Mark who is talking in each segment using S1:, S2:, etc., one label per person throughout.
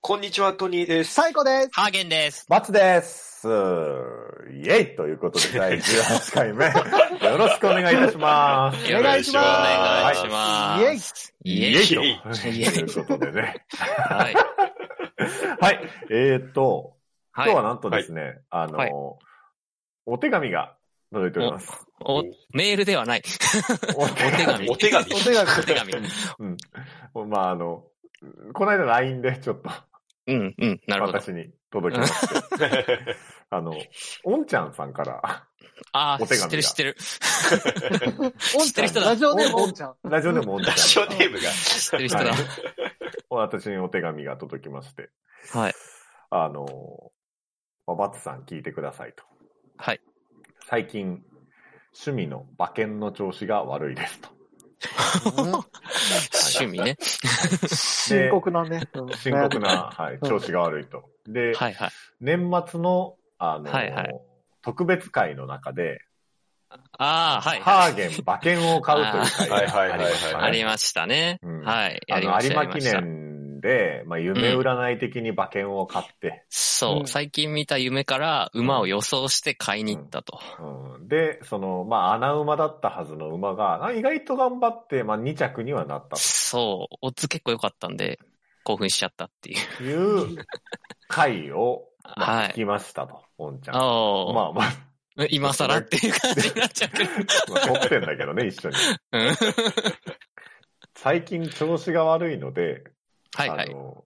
S1: こんにちは、トニーです。
S2: 最高です。
S3: ハーゲンです。
S4: 松です。イェイということで、第18回目。よろしくお願いいたします。
S2: お願いします
S3: よろしくお願いしま
S2: イエイ
S3: す。
S4: イ
S3: イエイ。
S4: ェイと
S3: イェイ
S4: いうことでね。
S3: はい。
S4: はい。えーと、
S3: は。
S4: 今日はいなんとですね、あの、
S3: はい
S4: お手紙が届いております。
S3: お、メールではない。
S4: お
S3: お手紙。
S1: お手紙
S2: お。手紙。
S3: お手紙。
S4: うん。まあ、あの、この間 LINE でちょっと
S3: うん、うん。なるほど。
S4: 私に届きまして、あの、おんちゃんさんから、
S3: ああ、
S4: お手紙
S3: 知
S4: が
S3: ってる知ってる。
S2: おん
S3: 知っ
S2: ち
S3: て
S2: ゃん。
S3: る人だ
S2: ラジオネームおんちゃん。
S4: ラジオでもおんちゃ
S1: ラ
S4: ん
S1: ジ
S4: さ
S1: オ
S4: ん
S1: ネ
S4: か
S1: ームが。
S3: 知ってる人
S4: ら、
S3: だ。
S4: はい私にお手紙が届きまして、
S3: はい。
S4: あの、まあバツさん聞いてくださいと。
S3: はい。
S4: 最近、趣味の馬券の調子が悪 いですと。
S3: 趣味ね。
S2: 深刻なね。うん
S4: 深刻。な、はい、調子が悪いと。で、
S3: はいはい。
S4: 年末の、あの、
S3: はいはい
S4: 特別会の中で、
S3: ああ、はい。
S4: ハーゲン馬券を買うという会
S1: はい
S4: が
S1: は
S4: あ
S1: いはい
S4: りま
S1: はい
S4: した
S3: あ
S4: ね。
S3: りましたね。
S4: うん
S3: はい。や
S4: あ
S3: りま
S4: の、
S3: し
S4: 有
S3: た。やりま
S4: 馬記
S3: した。
S4: 念で、まあ、夢占い的に馬券を買って、
S3: そうう。
S2: ん
S3: 最近見た夢から馬を予想して買いに行ったと。
S4: うんで、その、まあ、穴馬だったはずの馬が、あ意外と頑張って、まあ、2着にはなったと。
S3: そう。オッズ結構良かったんで、興奮しちゃったっていう。
S4: いう回を、ま
S3: は
S4: あ、
S3: い
S4: 聞きましたと、おんちゃん。ま
S3: ああ、
S4: あまあ、
S3: 今更っていう感じになっちゃう けど。
S4: まあ、撮ってんだけどね、一緒に。
S3: うん
S4: 最近調子が悪いので、
S3: はいはい
S4: あ。の、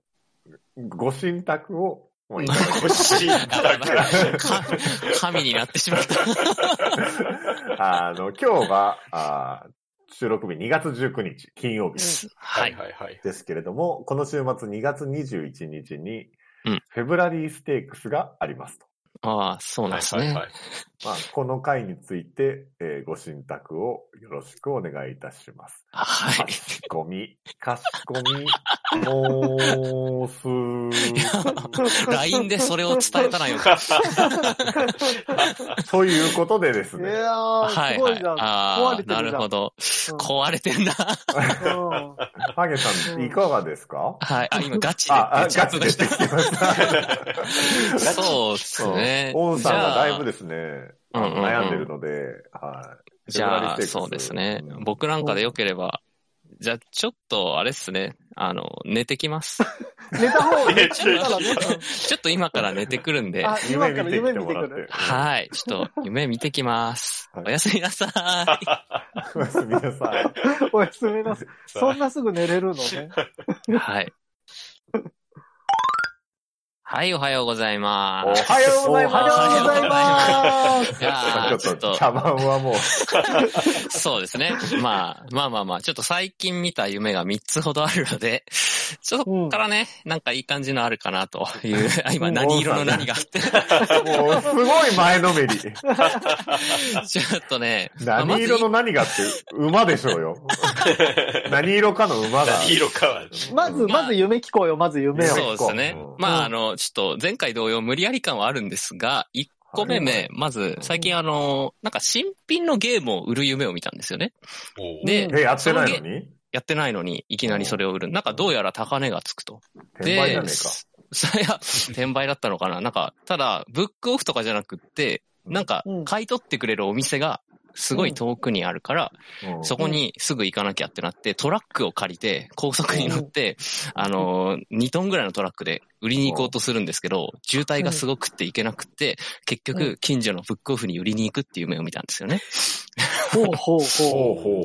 S4: ご神託を、 もういただき
S1: ごしいただく。
S3: か 神になってしまった。
S4: あの、今日が、あー収録日2月19日、金曜日
S3: はい。
S1: はいはい。
S4: ですけれども、この週末2月21日に
S3: うん、
S4: フェブラリーステークスがありますと。
S3: ああ、そうなんです
S1: は
S3: ね。
S1: い
S4: まあ、この回について、えーご神託をよろしくお願いいたします。
S3: はい
S4: か。しこみ、かしこみ、もーすー。
S3: LINE でそれを伝えたらよ。
S4: ということでです
S2: い
S4: ね、
S2: や ー、
S3: は
S2: す
S3: い
S2: ご
S3: はいい
S2: じ。ゃん。
S3: あ
S2: 壊
S3: あ
S2: れ、てるじゃ
S3: なんるほど。壊れてんな。
S2: うん
S4: ハゲさん、いかがですか
S3: はい。あ、今ガチで
S4: あ、あ、
S3: ガチ
S4: ガ
S3: 発
S4: チ
S3: 動
S4: で
S3: し
S4: 出て
S3: た。
S4: きま した。
S3: そうですね。
S4: オンさんがだいぶ
S3: ぶ
S4: ですね、
S3: じゃあうんうんうん
S4: 悩んでるので、はい。
S3: じゃ
S4: フェブラリ
S3: あ、
S4: ーステー
S3: そ
S4: クス
S3: うですね
S4: う。ん
S3: 僕なんかで良ければ、じゃあ、ちょっと、あれっすね。あの、寝てき ます。
S2: 寝た方が、寝たらね。
S3: ちょっと今から寝てくるん
S2: うん
S3: で。
S2: あ、今
S4: 夢
S2: から
S4: 見て
S2: 夢
S4: きて
S2: 見
S4: も
S2: て
S4: ら
S2: く
S4: って
S2: る。。
S3: はい。ちょっと、夢見てきます。
S4: はい
S3: おやすみなさい。
S4: おやすみなさい。
S2: おやすみなさい。そんなすぐ寝れるの ね。
S3: はい。はい、おはようござい
S4: お
S3: ま
S4: は
S3: す。
S4: ようござい
S2: おは
S4: ま
S2: よ
S4: す。
S2: うございます。
S3: いやー
S4: ち
S3: ち
S4: ょ
S3: ょ
S4: っ
S3: っ
S4: と、
S3: と、
S4: 茶番はもう、
S3: そうですね。まあ、まあまあまあ、ちょっと最近見た夢が3つほどあるの で、ちょっとこっからね、なんかいい感じのあるかなという、あ今何色の何があって、
S4: もう、すごい前のめり。
S3: ちょっとね、 まあま
S4: 何
S3: ず
S4: 色の何がって、馬でしょうよ。何色かの馬が。
S1: 何色かは。
S2: まず、まず夢聞こうよ、まず夢を。
S3: そうですね
S4: うん。
S3: まあ、あの、ちょっと前回同様無理やり感はあるんですが、1個目
S4: はい
S3: 目、まず最近あの、なんか新品のゲームを売る夢を見たんですよね。で、
S4: え、やってないのに
S3: やってないのに、いきなりそれを売る。なんかどうやら高値がつくと。
S4: 転売じゃねえか。
S3: それ は、転売だったのかななんか、ただ、ブックオフとかじゃなくって、なんか
S2: うん、
S3: 買い取ってくれるお店が、すごい遠くにあるから、
S4: うん
S3: そこにすぐ行かなきゃってなって、トラックを借りて、高速に乗って、あのー、2トンぐらいのトラックで売りに行こうとするんですけど、渋滞がすごくって行けなくって、結局、近所のブックオフに売りに行くっていう夢を見たんですよね。
S2: ほうほうほ
S4: ほうほうほ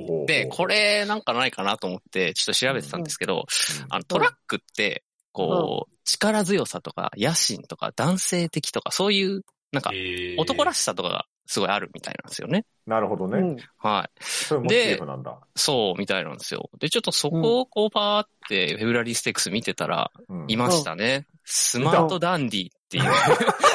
S4: うほう。
S3: で、これなんかないかなと思って、ちょっと調べてたんですけど、あの、トラックって、こう、力強さとか、野心とか、男性的とか、そういう、なんか、男ら
S1: し
S3: しさとかがすごいあるみたいなんですよね。
S4: なるほど
S2: う。う
S4: ね。
S2: ん。
S3: はい。
S4: それモチーフなんだ。
S3: そう、みたいなんですよ。で、ちょっとそこをこう、パーって、フェブラリーステークス見てたら、
S4: うん
S3: いましたね。スマートダンディっっていう。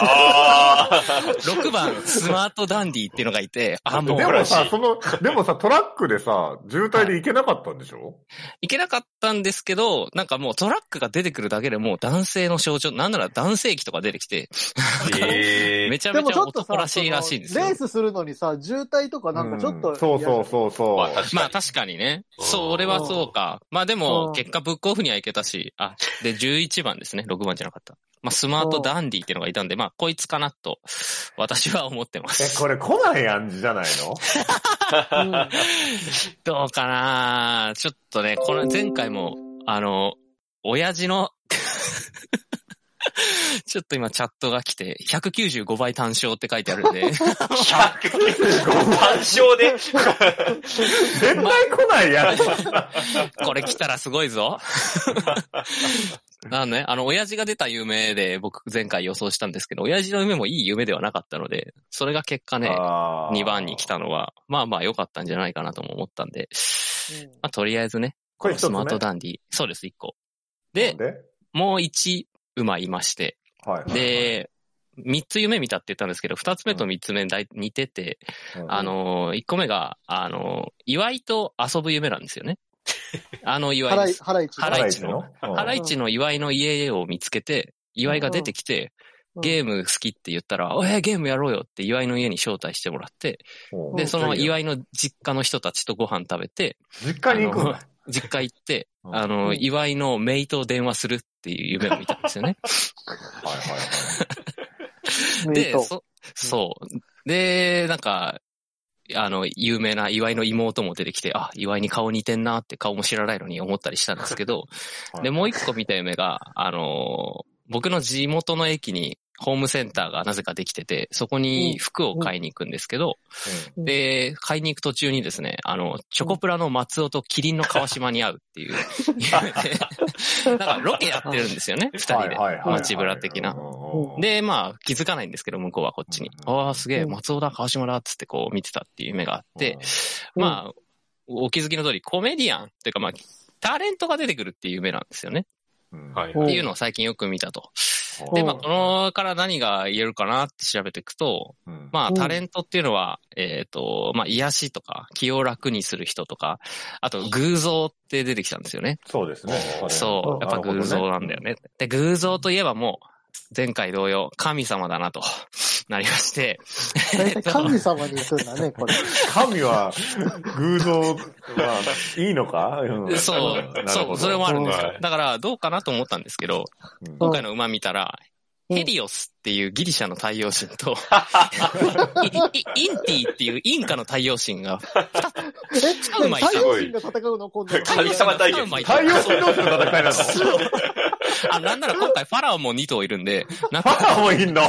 S1: ああ。
S3: 6番、スマートダンディっていうのがいて、あ、もう
S4: で
S1: ほら
S4: も
S1: し
S4: さ
S1: い、
S4: その、でもさ、トラックでさ、渋滞で行けなかったんでしょ
S3: いけなかったんですけど、なんかもうトラックが出てくるだけでもう男性の象徴、なんなら男性器とか出てきて、
S1: え
S3: めちゃ
S2: で
S3: め
S2: も
S3: ち
S2: ち
S3: ゃ
S2: ょっとさ、
S3: 男らしいらしいんですよ
S2: レー。スするのにさ、渋滞とかなんかちょっと、
S4: うんそうそうそうそう。
S1: まあ確
S3: ま
S1: か
S3: あ
S1: に。
S3: 確かにね。
S1: うん
S3: それはそうか。まあで
S2: うん
S3: も、結果ブックオフには行けたし、あ、で、11番ですね。6番じゃなかった。まあスマートダンディっていうのがいたんで、まあこいつかなと、私は思ってま
S4: え、
S3: す。
S4: これコナンやんじじゃないの
S2: うん
S3: どうかなちょっとね、この前回も、あの、親父 の、ちょっと今チャットが来て、195倍単勝って書いてあるんで、
S1: 195単勝で。
S4: 絶対来ないやん。
S3: これ来たらすごい ぞ。なのね、あの、親父が出た夢で僕前回予想したんですけど、親父の夢もいい夢ではなかったので、それが結果ね、2
S4: 2
S3: 番に来。たのは、まあまあ良かったんじゃないかなとも思ったんで、まあとりあえずね、
S4: これ一つ
S3: ス
S4: 目
S3: マートダンディ、そうです、1個。
S4: で
S3: で、もう1馬いまして、
S4: はい。
S3: で、三つ夢見たって言ったんですけど、二つ目と三つ目だい似てて、
S4: うん、
S3: あのー、一個目が、あのー、岩井と遊ぶ夢なんですよ ね。あの岩井
S2: 腹
S3: で
S2: い
S3: す。
S2: 腹一
S3: ハ
S4: ハ
S3: ラ
S4: ラ
S3: イ
S4: イ
S3: チ
S4: チ
S3: の
S4: の
S3: ハライチの岩井の家を見つけて、岩井が出てきて、
S2: うん
S3: ゲーム好きって言ったら、おえー、ゲームやろうよって岩井の家に招待してもらって、
S4: うん
S3: で、その岩
S4: い。
S3: 井の実家の人たちとご飯食べて、
S4: 実家に行くの
S3: あの実家行 って、
S4: うん
S3: あ
S2: う
S3: の、
S2: ん
S3: 岩井のメイと電話するっていう夢を見たんですよね。
S4: はいはいはい。
S3: で、
S2: と
S3: そ、そう。で、なんか、あの、有名な岩井の妹も出てきて、あ、岩井に顔似てんなって顔も知らないのに思ったりしたんですけど、
S4: はい
S3: で、もう一個見た夢が、あのー僕の地元の駅にホームセンターがなぜかできてて、そこに服を買いに行くんですけど、
S2: うん
S3: で、買いに行く途中にですね、あの、チョコプラの松尾とキリンの川島に会うって いう、なんかロケやってるんですよね、二人で。街ブラ的な。
S4: で、
S3: で、まあ、気づかないんですけど、向こうはこっちに。
S4: うん
S3: ああ、す
S2: う
S3: げえ、
S2: ん
S3: 松尾だ、川島だ、っつってこう見てたっていう夢があって、
S2: うん
S3: まあ、お気づきの通り、コメディアンっていうか、まあ、タレントが出てくるっていう夢なんですよね。
S4: うん、
S1: はい
S2: うん
S3: っていうのを最近よく見たと。
S2: ん
S3: で、まあ、このから何が言えるかなって調べていくと、
S4: うん、
S3: ま
S2: う
S3: あ、
S2: ん
S3: タレントっていうのは、えっと、まあ、癒しとか、気を楽にする人とか、あと、偶像って出てきたんですよね。
S4: そうですね。
S3: そう、やっぱ偶像なんだよね。で、偶像といえばもう、前回同様、神様だなと なりまして、
S2: 大体神様に行くんだ ね、これ。
S4: 神は、偶像はいいのか、う ん
S3: そう、そう、それもあるんですよ
S1: はい
S3: だから、どうかなと思ったんですけど、今回の馬見たら、ヘリオスっていうギリシャの太陽神と、イイインティっていうインカの太陽神が、
S2: え、
S3: 神様
S2: 太陽神が戦うの今度は。
S1: 神様対決
S3: 神
S4: 太
S3: 様対
S4: 陽
S3: 決
S4: 神同士の戦いなの
S3: あ、なんなら今回ファラオも2頭いるんで、なん
S4: パ
S3: か
S4: パもいんの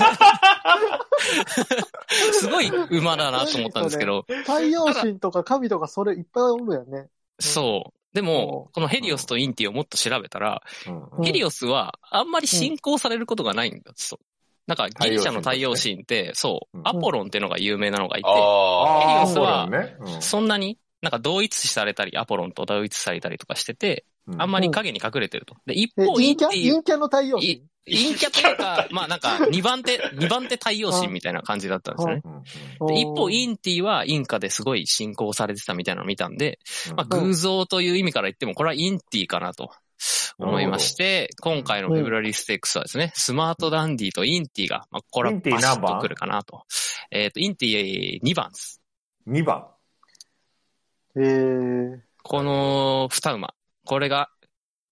S3: すごい馬だなと思ったんですけど、
S2: 太陽神とか神とかそれいっぱいおるやんね。
S3: そう。でも、このヘリオスとインティをもっと調べたら、
S2: うん
S3: ヘリオスはあんまり信仰されることがないんだそう。なんかギリシャの太陽神って、そう
S4: う、ん
S3: アポロンってのが有名なのがいて、
S1: あ
S3: ヘリオス
S4: そうだ
S3: は
S4: ね。
S3: そんなに、なんか同一視されたり、アポロンと同一視されたりとかしてて、あんまり影に隠れてると。で、一
S2: え、
S3: 方、
S2: 陰
S3: イン
S2: キ
S3: テ
S2: ャ
S3: ィ、
S2: 陰キャの太陽神
S3: 陰キャというか、まあなんか、二番手、二番手太陽神みたいな感じだったんですよね。で一方、イ
S2: ン
S3: ンティはインカですごい信仰されてたみたいなのを見たんで、まあ、
S2: うん
S3: 偶像という意味から言っても、これはインティかなと思いまして、今回のフェブラリーステークスはですね、スマートダンディとインティが、まあ、これは
S4: インティ
S3: バシッ
S4: 何番
S3: とくるかなと。えっ、と、インティ2番です。
S4: 2番。
S2: えー。
S3: この二馬。これが、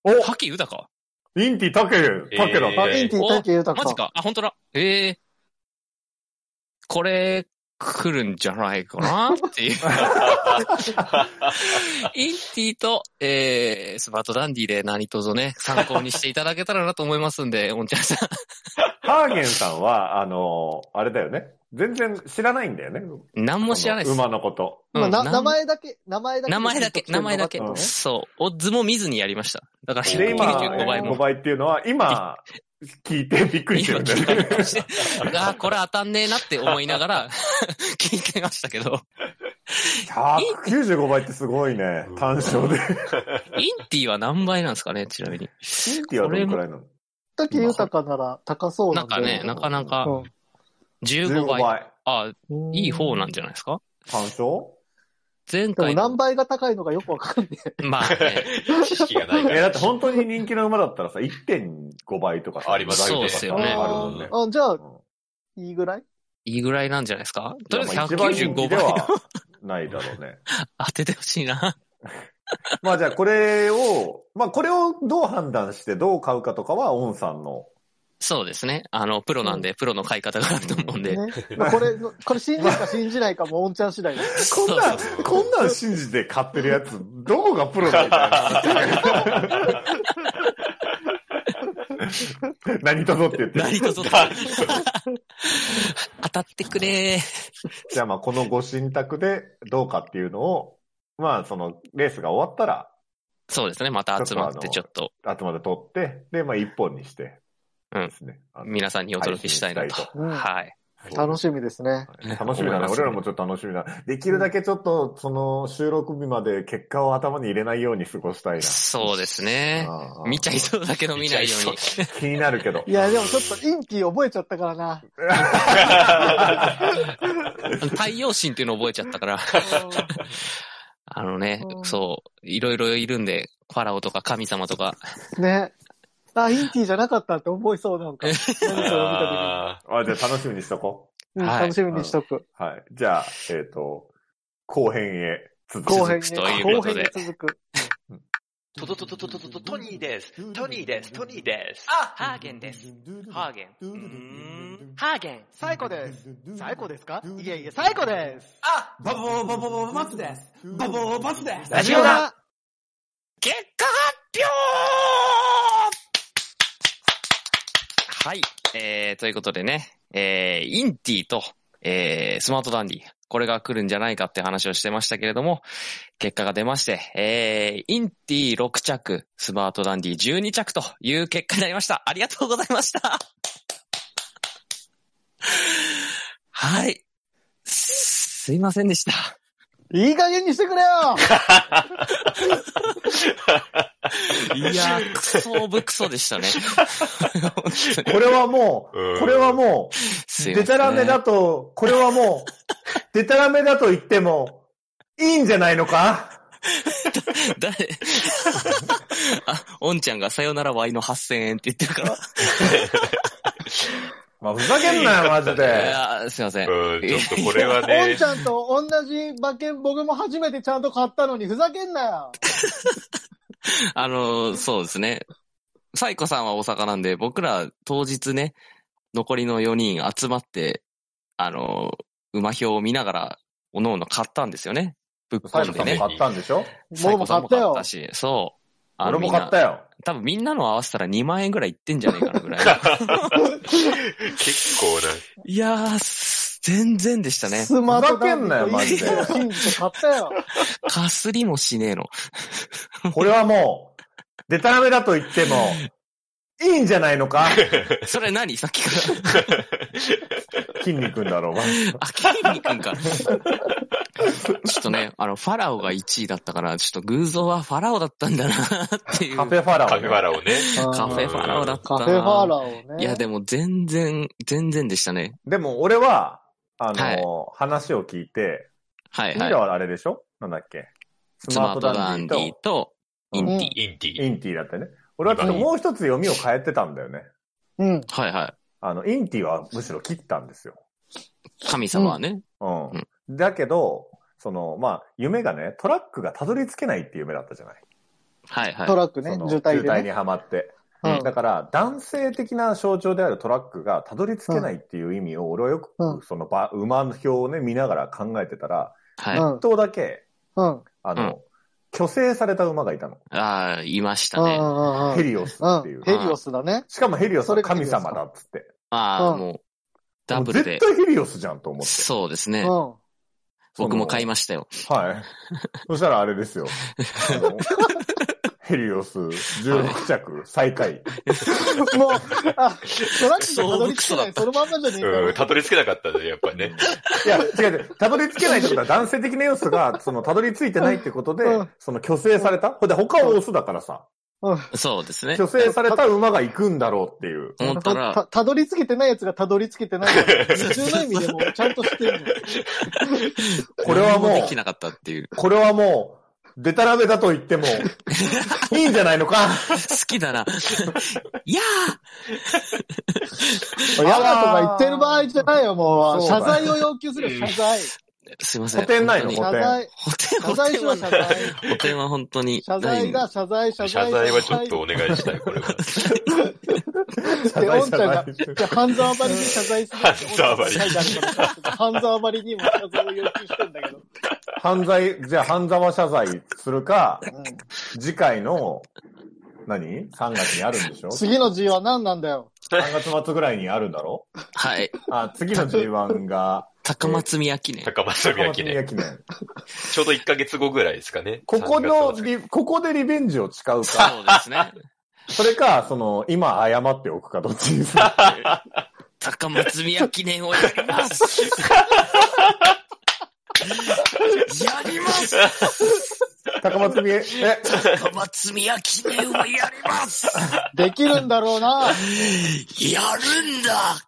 S4: お
S3: ハキウダか
S4: インティタケル、タケだ
S2: あ、
S1: えー
S2: インティ大気豊
S3: マジかあ、本当だ。ええこれ、来るんじゃないかなって いう。インティと、えー、スマートダンディで何卒ね、参考にしていただけたらなと思いますんで、おんちゃんさ
S4: ハーゲンさんは、あのーあれだよね。全然知らないんだよね。
S3: ん。何も知らないです。
S4: 馬のこと。
S3: うん
S2: まあな
S3: なん
S2: 名前だけ、名前だけ。
S3: 名前だけ、名前だけ
S2: ちょっと。知
S3: そう。オッズも見ずにやりました。だから
S4: で、今、
S3: 195倍
S4: 5
S3: も。
S4: 倍っていうのは、今、聞 いてびっくりして
S3: 今
S4: るんだ
S3: 聞いたり
S4: よ
S3: と
S4: ね。
S3: かしてあーこれ当たんねえなって思いながら、 聞いてましたけど。
S4: 195倍ってすごいね。単勝で。
S3: インティは何倍なんですかね、ちなみに。
S4: インティはどのくらいなの
S2: 竹豊かなら高そう
S3: な
S2: なん
S3: ん
S2: で。
S3: かね、なかなか15
S4: 15
S3: 倍。
S4: 倍。
S3: あ
S2: うん
S3: いい方なんじゃないですか
S4: 単勝
S2: で
S3: 前
S2: も
S3: 回の、
S2: 何倍が高いのかよくわかんない。
S3: まあね、
S1: 知識がないか
S4: え、だ
S1: ら。
S4: って本当に人気の馬だったらさ、1.5倍とかさ
S1: あります
S3: そう
S1: よ
S3: で
S1: ね
S3: す
S4: あ
S3: よ
S4: る
S3: ね。
S4: もんね。
S2: あ、じゃあ
S4: う、ん
S2: いいぐらい
S3: いいぐらいなんじゃないですかとりあえず
S4: いやまあ一番人気
S3: 195
S4: で
S3: 倍
S4: はないだろうね。
S3: 当ててほしいな。
S4: まあじゃあこれを、まあこれをどう判断してどう買うかとかは、オンさんの。
S3: そうですね。あの、プロなんで、プロの買い方があると思うんで。
S2: ね。まあこれ、これ信じるか信じないかも、おんちゃん次第です
S4: こんな
S3: そうそうそ
S4: ん、こんなん信じて買ってるやつ、どこがプロだみたいな。何とぞって言って。
S3: 何とぞって
S1: 何
S3: 当たってくれー。
S4: じゃあまあこのご神託でどうかっていうのを、まあそのレースが終わったら、
S3: そうですね。また集まって、ち
S4: ち
S3: ょ
S4: ょ
S3: っと、
S4: 後まで取って、でまあ一本にして、
S3: うん
S4: ですね。あの
S3: 皆さんにお届けしたいな
S4: 配信し
S3: と。
S2: うん
S3: はい。
S2: 楽しみですね。
S4: 楽しみだ
S3: 思い
S4: ね。
S3: ます
S4: 俺らもちょっと楽しみだ。できるだけちょっと、その収録日まで結果を頭に入れないように過ごしたい
S3: そうです
S4: な。
S3: ね。
S4: ああ
S3: 見ちゃいそうだけど見ないように
S1: 見。ち
S4: 気になるけど
S2: い。や、でもちょっと陰気覚えちゃったからな。
S3: 太陽神っていうの覚えちゃったから。あのね
S2: う、ん
S3: そう、いろいろいるんで、ファラオとか神様とか、
S2: ね。あ、インティじゃなかったって思いそうなんか。何それ見た
S1: あ
S4: あじゃあ楽しみにしとこ
S2: 時に。うん
S3: はい
S2: 楽しみにしとく。
S4: う。はい。じゃあ、えっ、と、後編へ続く。
S2: 後編
S3: 続くとい
S2: に、後
S3: うこと
S2: 編
S3: で
S2: に続く。
S1: ートトトトトトトトトニーです。トニーです。トニーです。あ
S5: ハーゲンです。ハーゲン。うーんハーゲン。
S6: 最高です。最高ですかいえいえ、最高です。
S5: あバボーバボーバボーバツです。バボーバツです。
S6: ラジオだ
S3: 結果発表はい。えー、ということでね、えー、インティと、えー、スマートダンディ、これが来るんじゃないかって話をしてましたけれども、結果が出まして、えー、インティ6着、スマートダンディ12着という結果になりました。ありがとうございました。はい。すいませんでした。
S2: いい加減にしてくれよ
S3: いやー、クソぶクソでしたね。
S4: これはも
S1: うん
S4: う、これはもう、
S3: すいませんね
S4: デタラメだと、これはもう、デタラメだと言っても、いいんじゃないのか
S3: 誰あ、おんちゃんがさよならワイの8000円って言ってるから。
S4: まあ、ふざけんなよ、マジで。
S3: いやーすいません。
S1: うん、ちょっとこれは
S2: おん
S1: ね
S2: ち、ゃんと同じ馬券僕も初めてちゃんと買ったのにふざけんなよ
S3: あのーそうですね。サイコさんは大阪なんで、僕ら当日ね、残りの4人集まって、あのー馬表を見ながら、おのおの買ったんですよね。ぶっ
S4: サイ
S3: 込ん
S4: コ
S3: で
S4: さんも
S3: ね。
S4: 買ったんでしょ
S3: サ
S2: 僕
S3: イコ
S2: も
S3: さ
S2: 買
S3: んも
S2: った
S3: 買っ
S2: よ
S3: たし、そう。あ
S4: 俺
S3: の
S4: も買ったよ。
S3: みんな多分みんなの合わせたら2万円ぐらいいってんじゃねえかなぐらいの。
S1: 結構ない
S3: やー、す全然でしたね。
S2: スマートダ
S4: ふざけんなよマ
S2: 信じて買ったよ。
S3: かすりもしねえの。
S4: これはもう、デタラメだと言っても、 いいんじゃないのか
S3: それ何さっきから。
S4: 筋肉んだろうが。
S3: あ、筋肉か。ちょっとね、あの、ファラオが1位だったから、ちょっと偶像はファラオだったんだなっていう。
S4: カフェファラオ。
S1: カフェバラをね。
S3: カフェファラオだった
S2: カ
S3: な
S2: フェファーラーをね。
S3: いや、でも全然、全然でしたね。
S4: でも俺は、あの、
S3: はい
S4: 話を聞いて、
S3: はい
S4: 君
S3: はい
S4: ら。はあれでしょなんだっけ
S3: スマートダンディと、インティ。
S1: インティ。
S4: インティだったよね。俺はちょっともう一つ読みを変えてたんだよね。
S2: うん。
S3: はいは
S4: あの、インティはむしろ切ったんですよ。
S3: い。神様はね。
S4: うん。
S3: うん
S4: だけど、その、まあ、夢がね、トラックがたどり着けないっていう夢だったじゃない。
S3: はいは
S2: ト
S3: い。
S2: ラックね、
S4: その
S2: 渋滞
S4: 渋
S2: で
S4: 滞に
S2: ね。
S4: はまって。
S2: う
S4: だから、男性的な象徴であるトラックがたどり着けないっていう意味を、俺はよく、
S2: うん
S4: その馬、馬の表をね、見ながら考えてたら、
S3: はい。
S2: う
S3: あ
S2: ん
S4: 一頭だけ、
S2: ん。うん。
S4: あの、
S3: うん
S4: 虚勢された馬がいたの。
S3: あー、いました
S2: うんう
S3: ね。
S2: んうん
S4: ヘリオスっていう。
S2: ヘリオスだね。
S4: しかもヘリオス
S2: そ
S4: は
S2: れがヘリ
S4: 神
S2: オス
S4: 様だっつって。
S3: あ
S2: う
S3: ー、
S2: ん
S3: もう、ダブルで
S4: も。う絶対ヘリオスじゃんと思って。
S3: そうです
S2: う
S3: ね。
S2: ん。
S3: 僕も買い
S4: ま
S3: ましたよ。
S4: す。はい。 そしたらあれですよ。あのヘリオス16着最下位。
S2: もう、あ、トラックがたどり着けない。そのまんまじゃねえか
S1: う
S2: よ
S1: ん、。たどり着けなかったね、やっぱね。
S4: いや、違う違う。たどり着けないってことは男性的な要素が、その、たどり着いてないってことで
S2: うん、
S4: その、虚勢されたほんで、他はオスだからさ。
S2: うん
S7: そうですね。
S4: 虚勢された馬が行くんだろうっていう。
S7: 思ったら
S2: た、たどり着けてないやつがたどり着けてないから、二重の意味でもちゃんとしてるの。
S4: これはもう
S3: 何できなかったっていう。
S4: これはもう、デタラメだと 言っても、いいんじゃないのか。
S3: 好きだな。いや
S2: やだとか言ってる場合じゃないよ、もう。
S4: そうだ
S2: 謝
S4: ね
S2: 罪を要求するよ、謝罪。
S3: ーすいません。
S4: 補填ないの
S3: 本当
S2: 謝
S3: に
S2: 罪。
S3: 補填、補
S2: 謝罪し
S3: 填
S2: ろ、
S3: は
S2: 謝
S3: な
S2: 罪
S3: い。。補填は本当に。
S2: 謝
S3: ない
S2: 罪だ、謝罪、謝罪。
S1: 謝罪はちょっとお願いしたい、これは。
S2: 謝罪。で、おんちゃんが、じゃあ半沢張りに謝罪する。
S1: 半沢張り
S2: 書いてあるから半沢張りにも謝罪を要求してんだけど。
S4: 犯罪、じゃあ半沢謝罪するか、次回の、何 ?3 月にあるんでしょ ?3
S2: 次の G は何なんだよ。
S4: 月末ぐらいにあるんだろ
S3: はい。
S4: あ、次の G1 が、
S3: 高松宮記念。
S1: 高松宮記念。
S4: 記念。
S1: ちょうど1ヶ月後ぐらいですかね。
S4: ここ
S1: 3
S4: の
S1: 月末
S4: リ、ここでリベンジを誓うか、
S3: そうですね。
S4: それか、その、今謝っておくか、どっちにする
S3: 高松宮記念をやりますやります
S4: 高松宮、え、
S3: 高松宮記念をやります
S2: できるんだ ろうな。
S3: やるんだ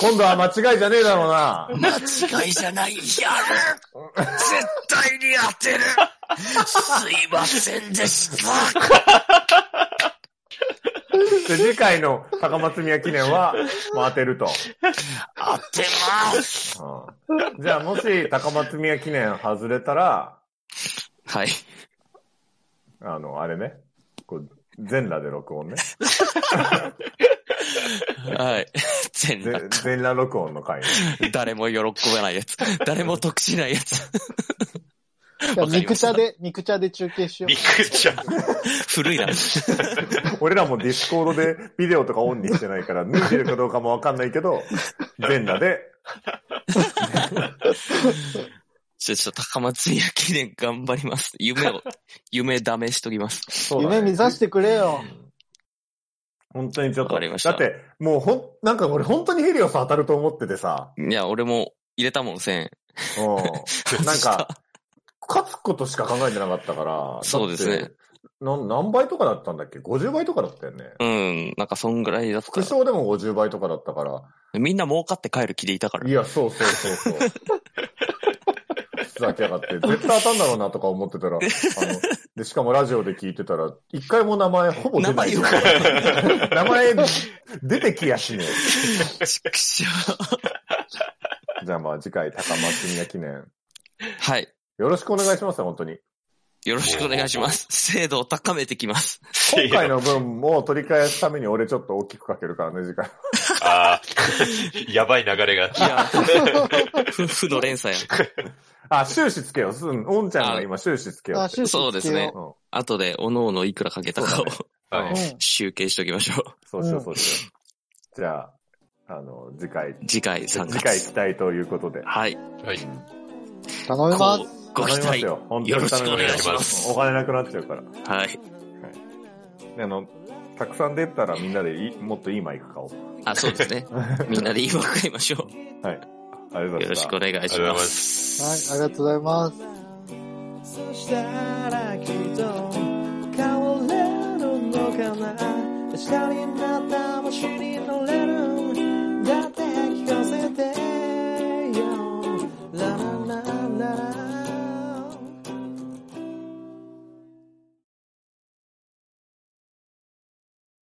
S4: 今度は間違いじゃねえだろうな。
S3: 間違いじゃないやる絶対に当てるすいませんでした
S4: で、次回の高松宮記念は、もう当てると。
S3: 当てます
S4: うんじゃあ、もし、高松宮記念外れたら、
S3: はい。
S4: あの、あれね、こう、全裸で録音ね。
S3: はい。全
S4: ぜ
S3: 裸。
S4: 全裸録音の回ね。
S3: 誰も喜ばないやつ。 誰も得しないやつ。
S2: じゃあ
S3: わかり
S2: 肉
S3: ました
S2: 茶で、肉茶で中継しよう
S1: びっ。くりしちゃう。
S3: 古いな。
S4: 俺らもディスコードでビデオとかオンにしてないから、脱いでるかどうかもわかんないけど、全裸で、
S3: ちょ、ちょ、高松宮記念頑張ります。夢を、夢ダメしときます。
S4: そうだね
S2: 夢見さしてくれよ。
S4: 本当にちょっ
S3: わ
S4: と。
S3: かりました
S4: だって、もうほん、なんか俺本当にヘリオス当たると思っててさ、
S3: いや、俺も入れたもん、1000。
S4: うん。 なんか、勝つことしか考えてなかったから。
S3: そうですね
S4: だって。なん何倍とかだったんだっけ ?50 倍とかだったよね。
S3: うん、なんかそんぐらいだっ
S4: 副
S3: た。
S4: 賞でも50倍とかだったから。
S3: みんな儲かって帰る気でいたから
S4: い。や、そうそうそうそう。ふざけ やがって、絶対当たんだろうなとか思ってたら、あの、で、しかもラジオで聞いてたら、一回も名前ほぼ出ない。
S3: 名
S4: 名前、出てきやしね
S3: ちくしょう
S4: え。じゃあまあ次回、高松宮記念。
S3: はい。
S4: よろしくお願いしますよ、本当に。
S3: よろしくお願いします。精度を高めてきます。
S4: 今回の分も取り返すために俺ちょっと大きくかけるからね、次回。
S1: ああ、やばい流れが。
S3: い や、夫婦の連鎖や。
S4: あ、収支つけよう。すん、おんちゃんが今収支つけよう
S2: あ、
S4: って。
S2: 終始
S3: そうですね
S4: うん
S3: 後で、おのおのいくらかけたかを、
S1: はい。
S2: うん
S3: 集計しておきましょ
S4: そうしよう、そうしよう。じゃあ、あの、次回、
S3: う。次回
S4: 次
S3: 参加。
S4: 回期待ということで。
S3: はい。
S1: はい。
S2: 頼みます。
S3: ごご期
S4: 頼みます
S3: 待。
S4: よ本当
S3: よろ
S4: に
S3: しく
S4: 頼
S3: お
S4: み
S3: 願い
S4: ま
S3: し
S4: す
S3: ま
S4: お
S3: す。
S4: 金なくなっちゃうから。
S3: はい。
S4: であの、たくさん出たらみんなでいいもっといいマイク買おう。
S3: あ、そうですね。みんなで言い分かりましょ
S4: ありがとうございま
S3: う。
S4: す。
S3: よろしくお願い
S1: あ
S3: し
S1: りがとうござい
S3: ま。
S1: ますす。
S2: はい、ありがとうございます。
S8: そしたらきっと変われるのかな明日になった星に乗れる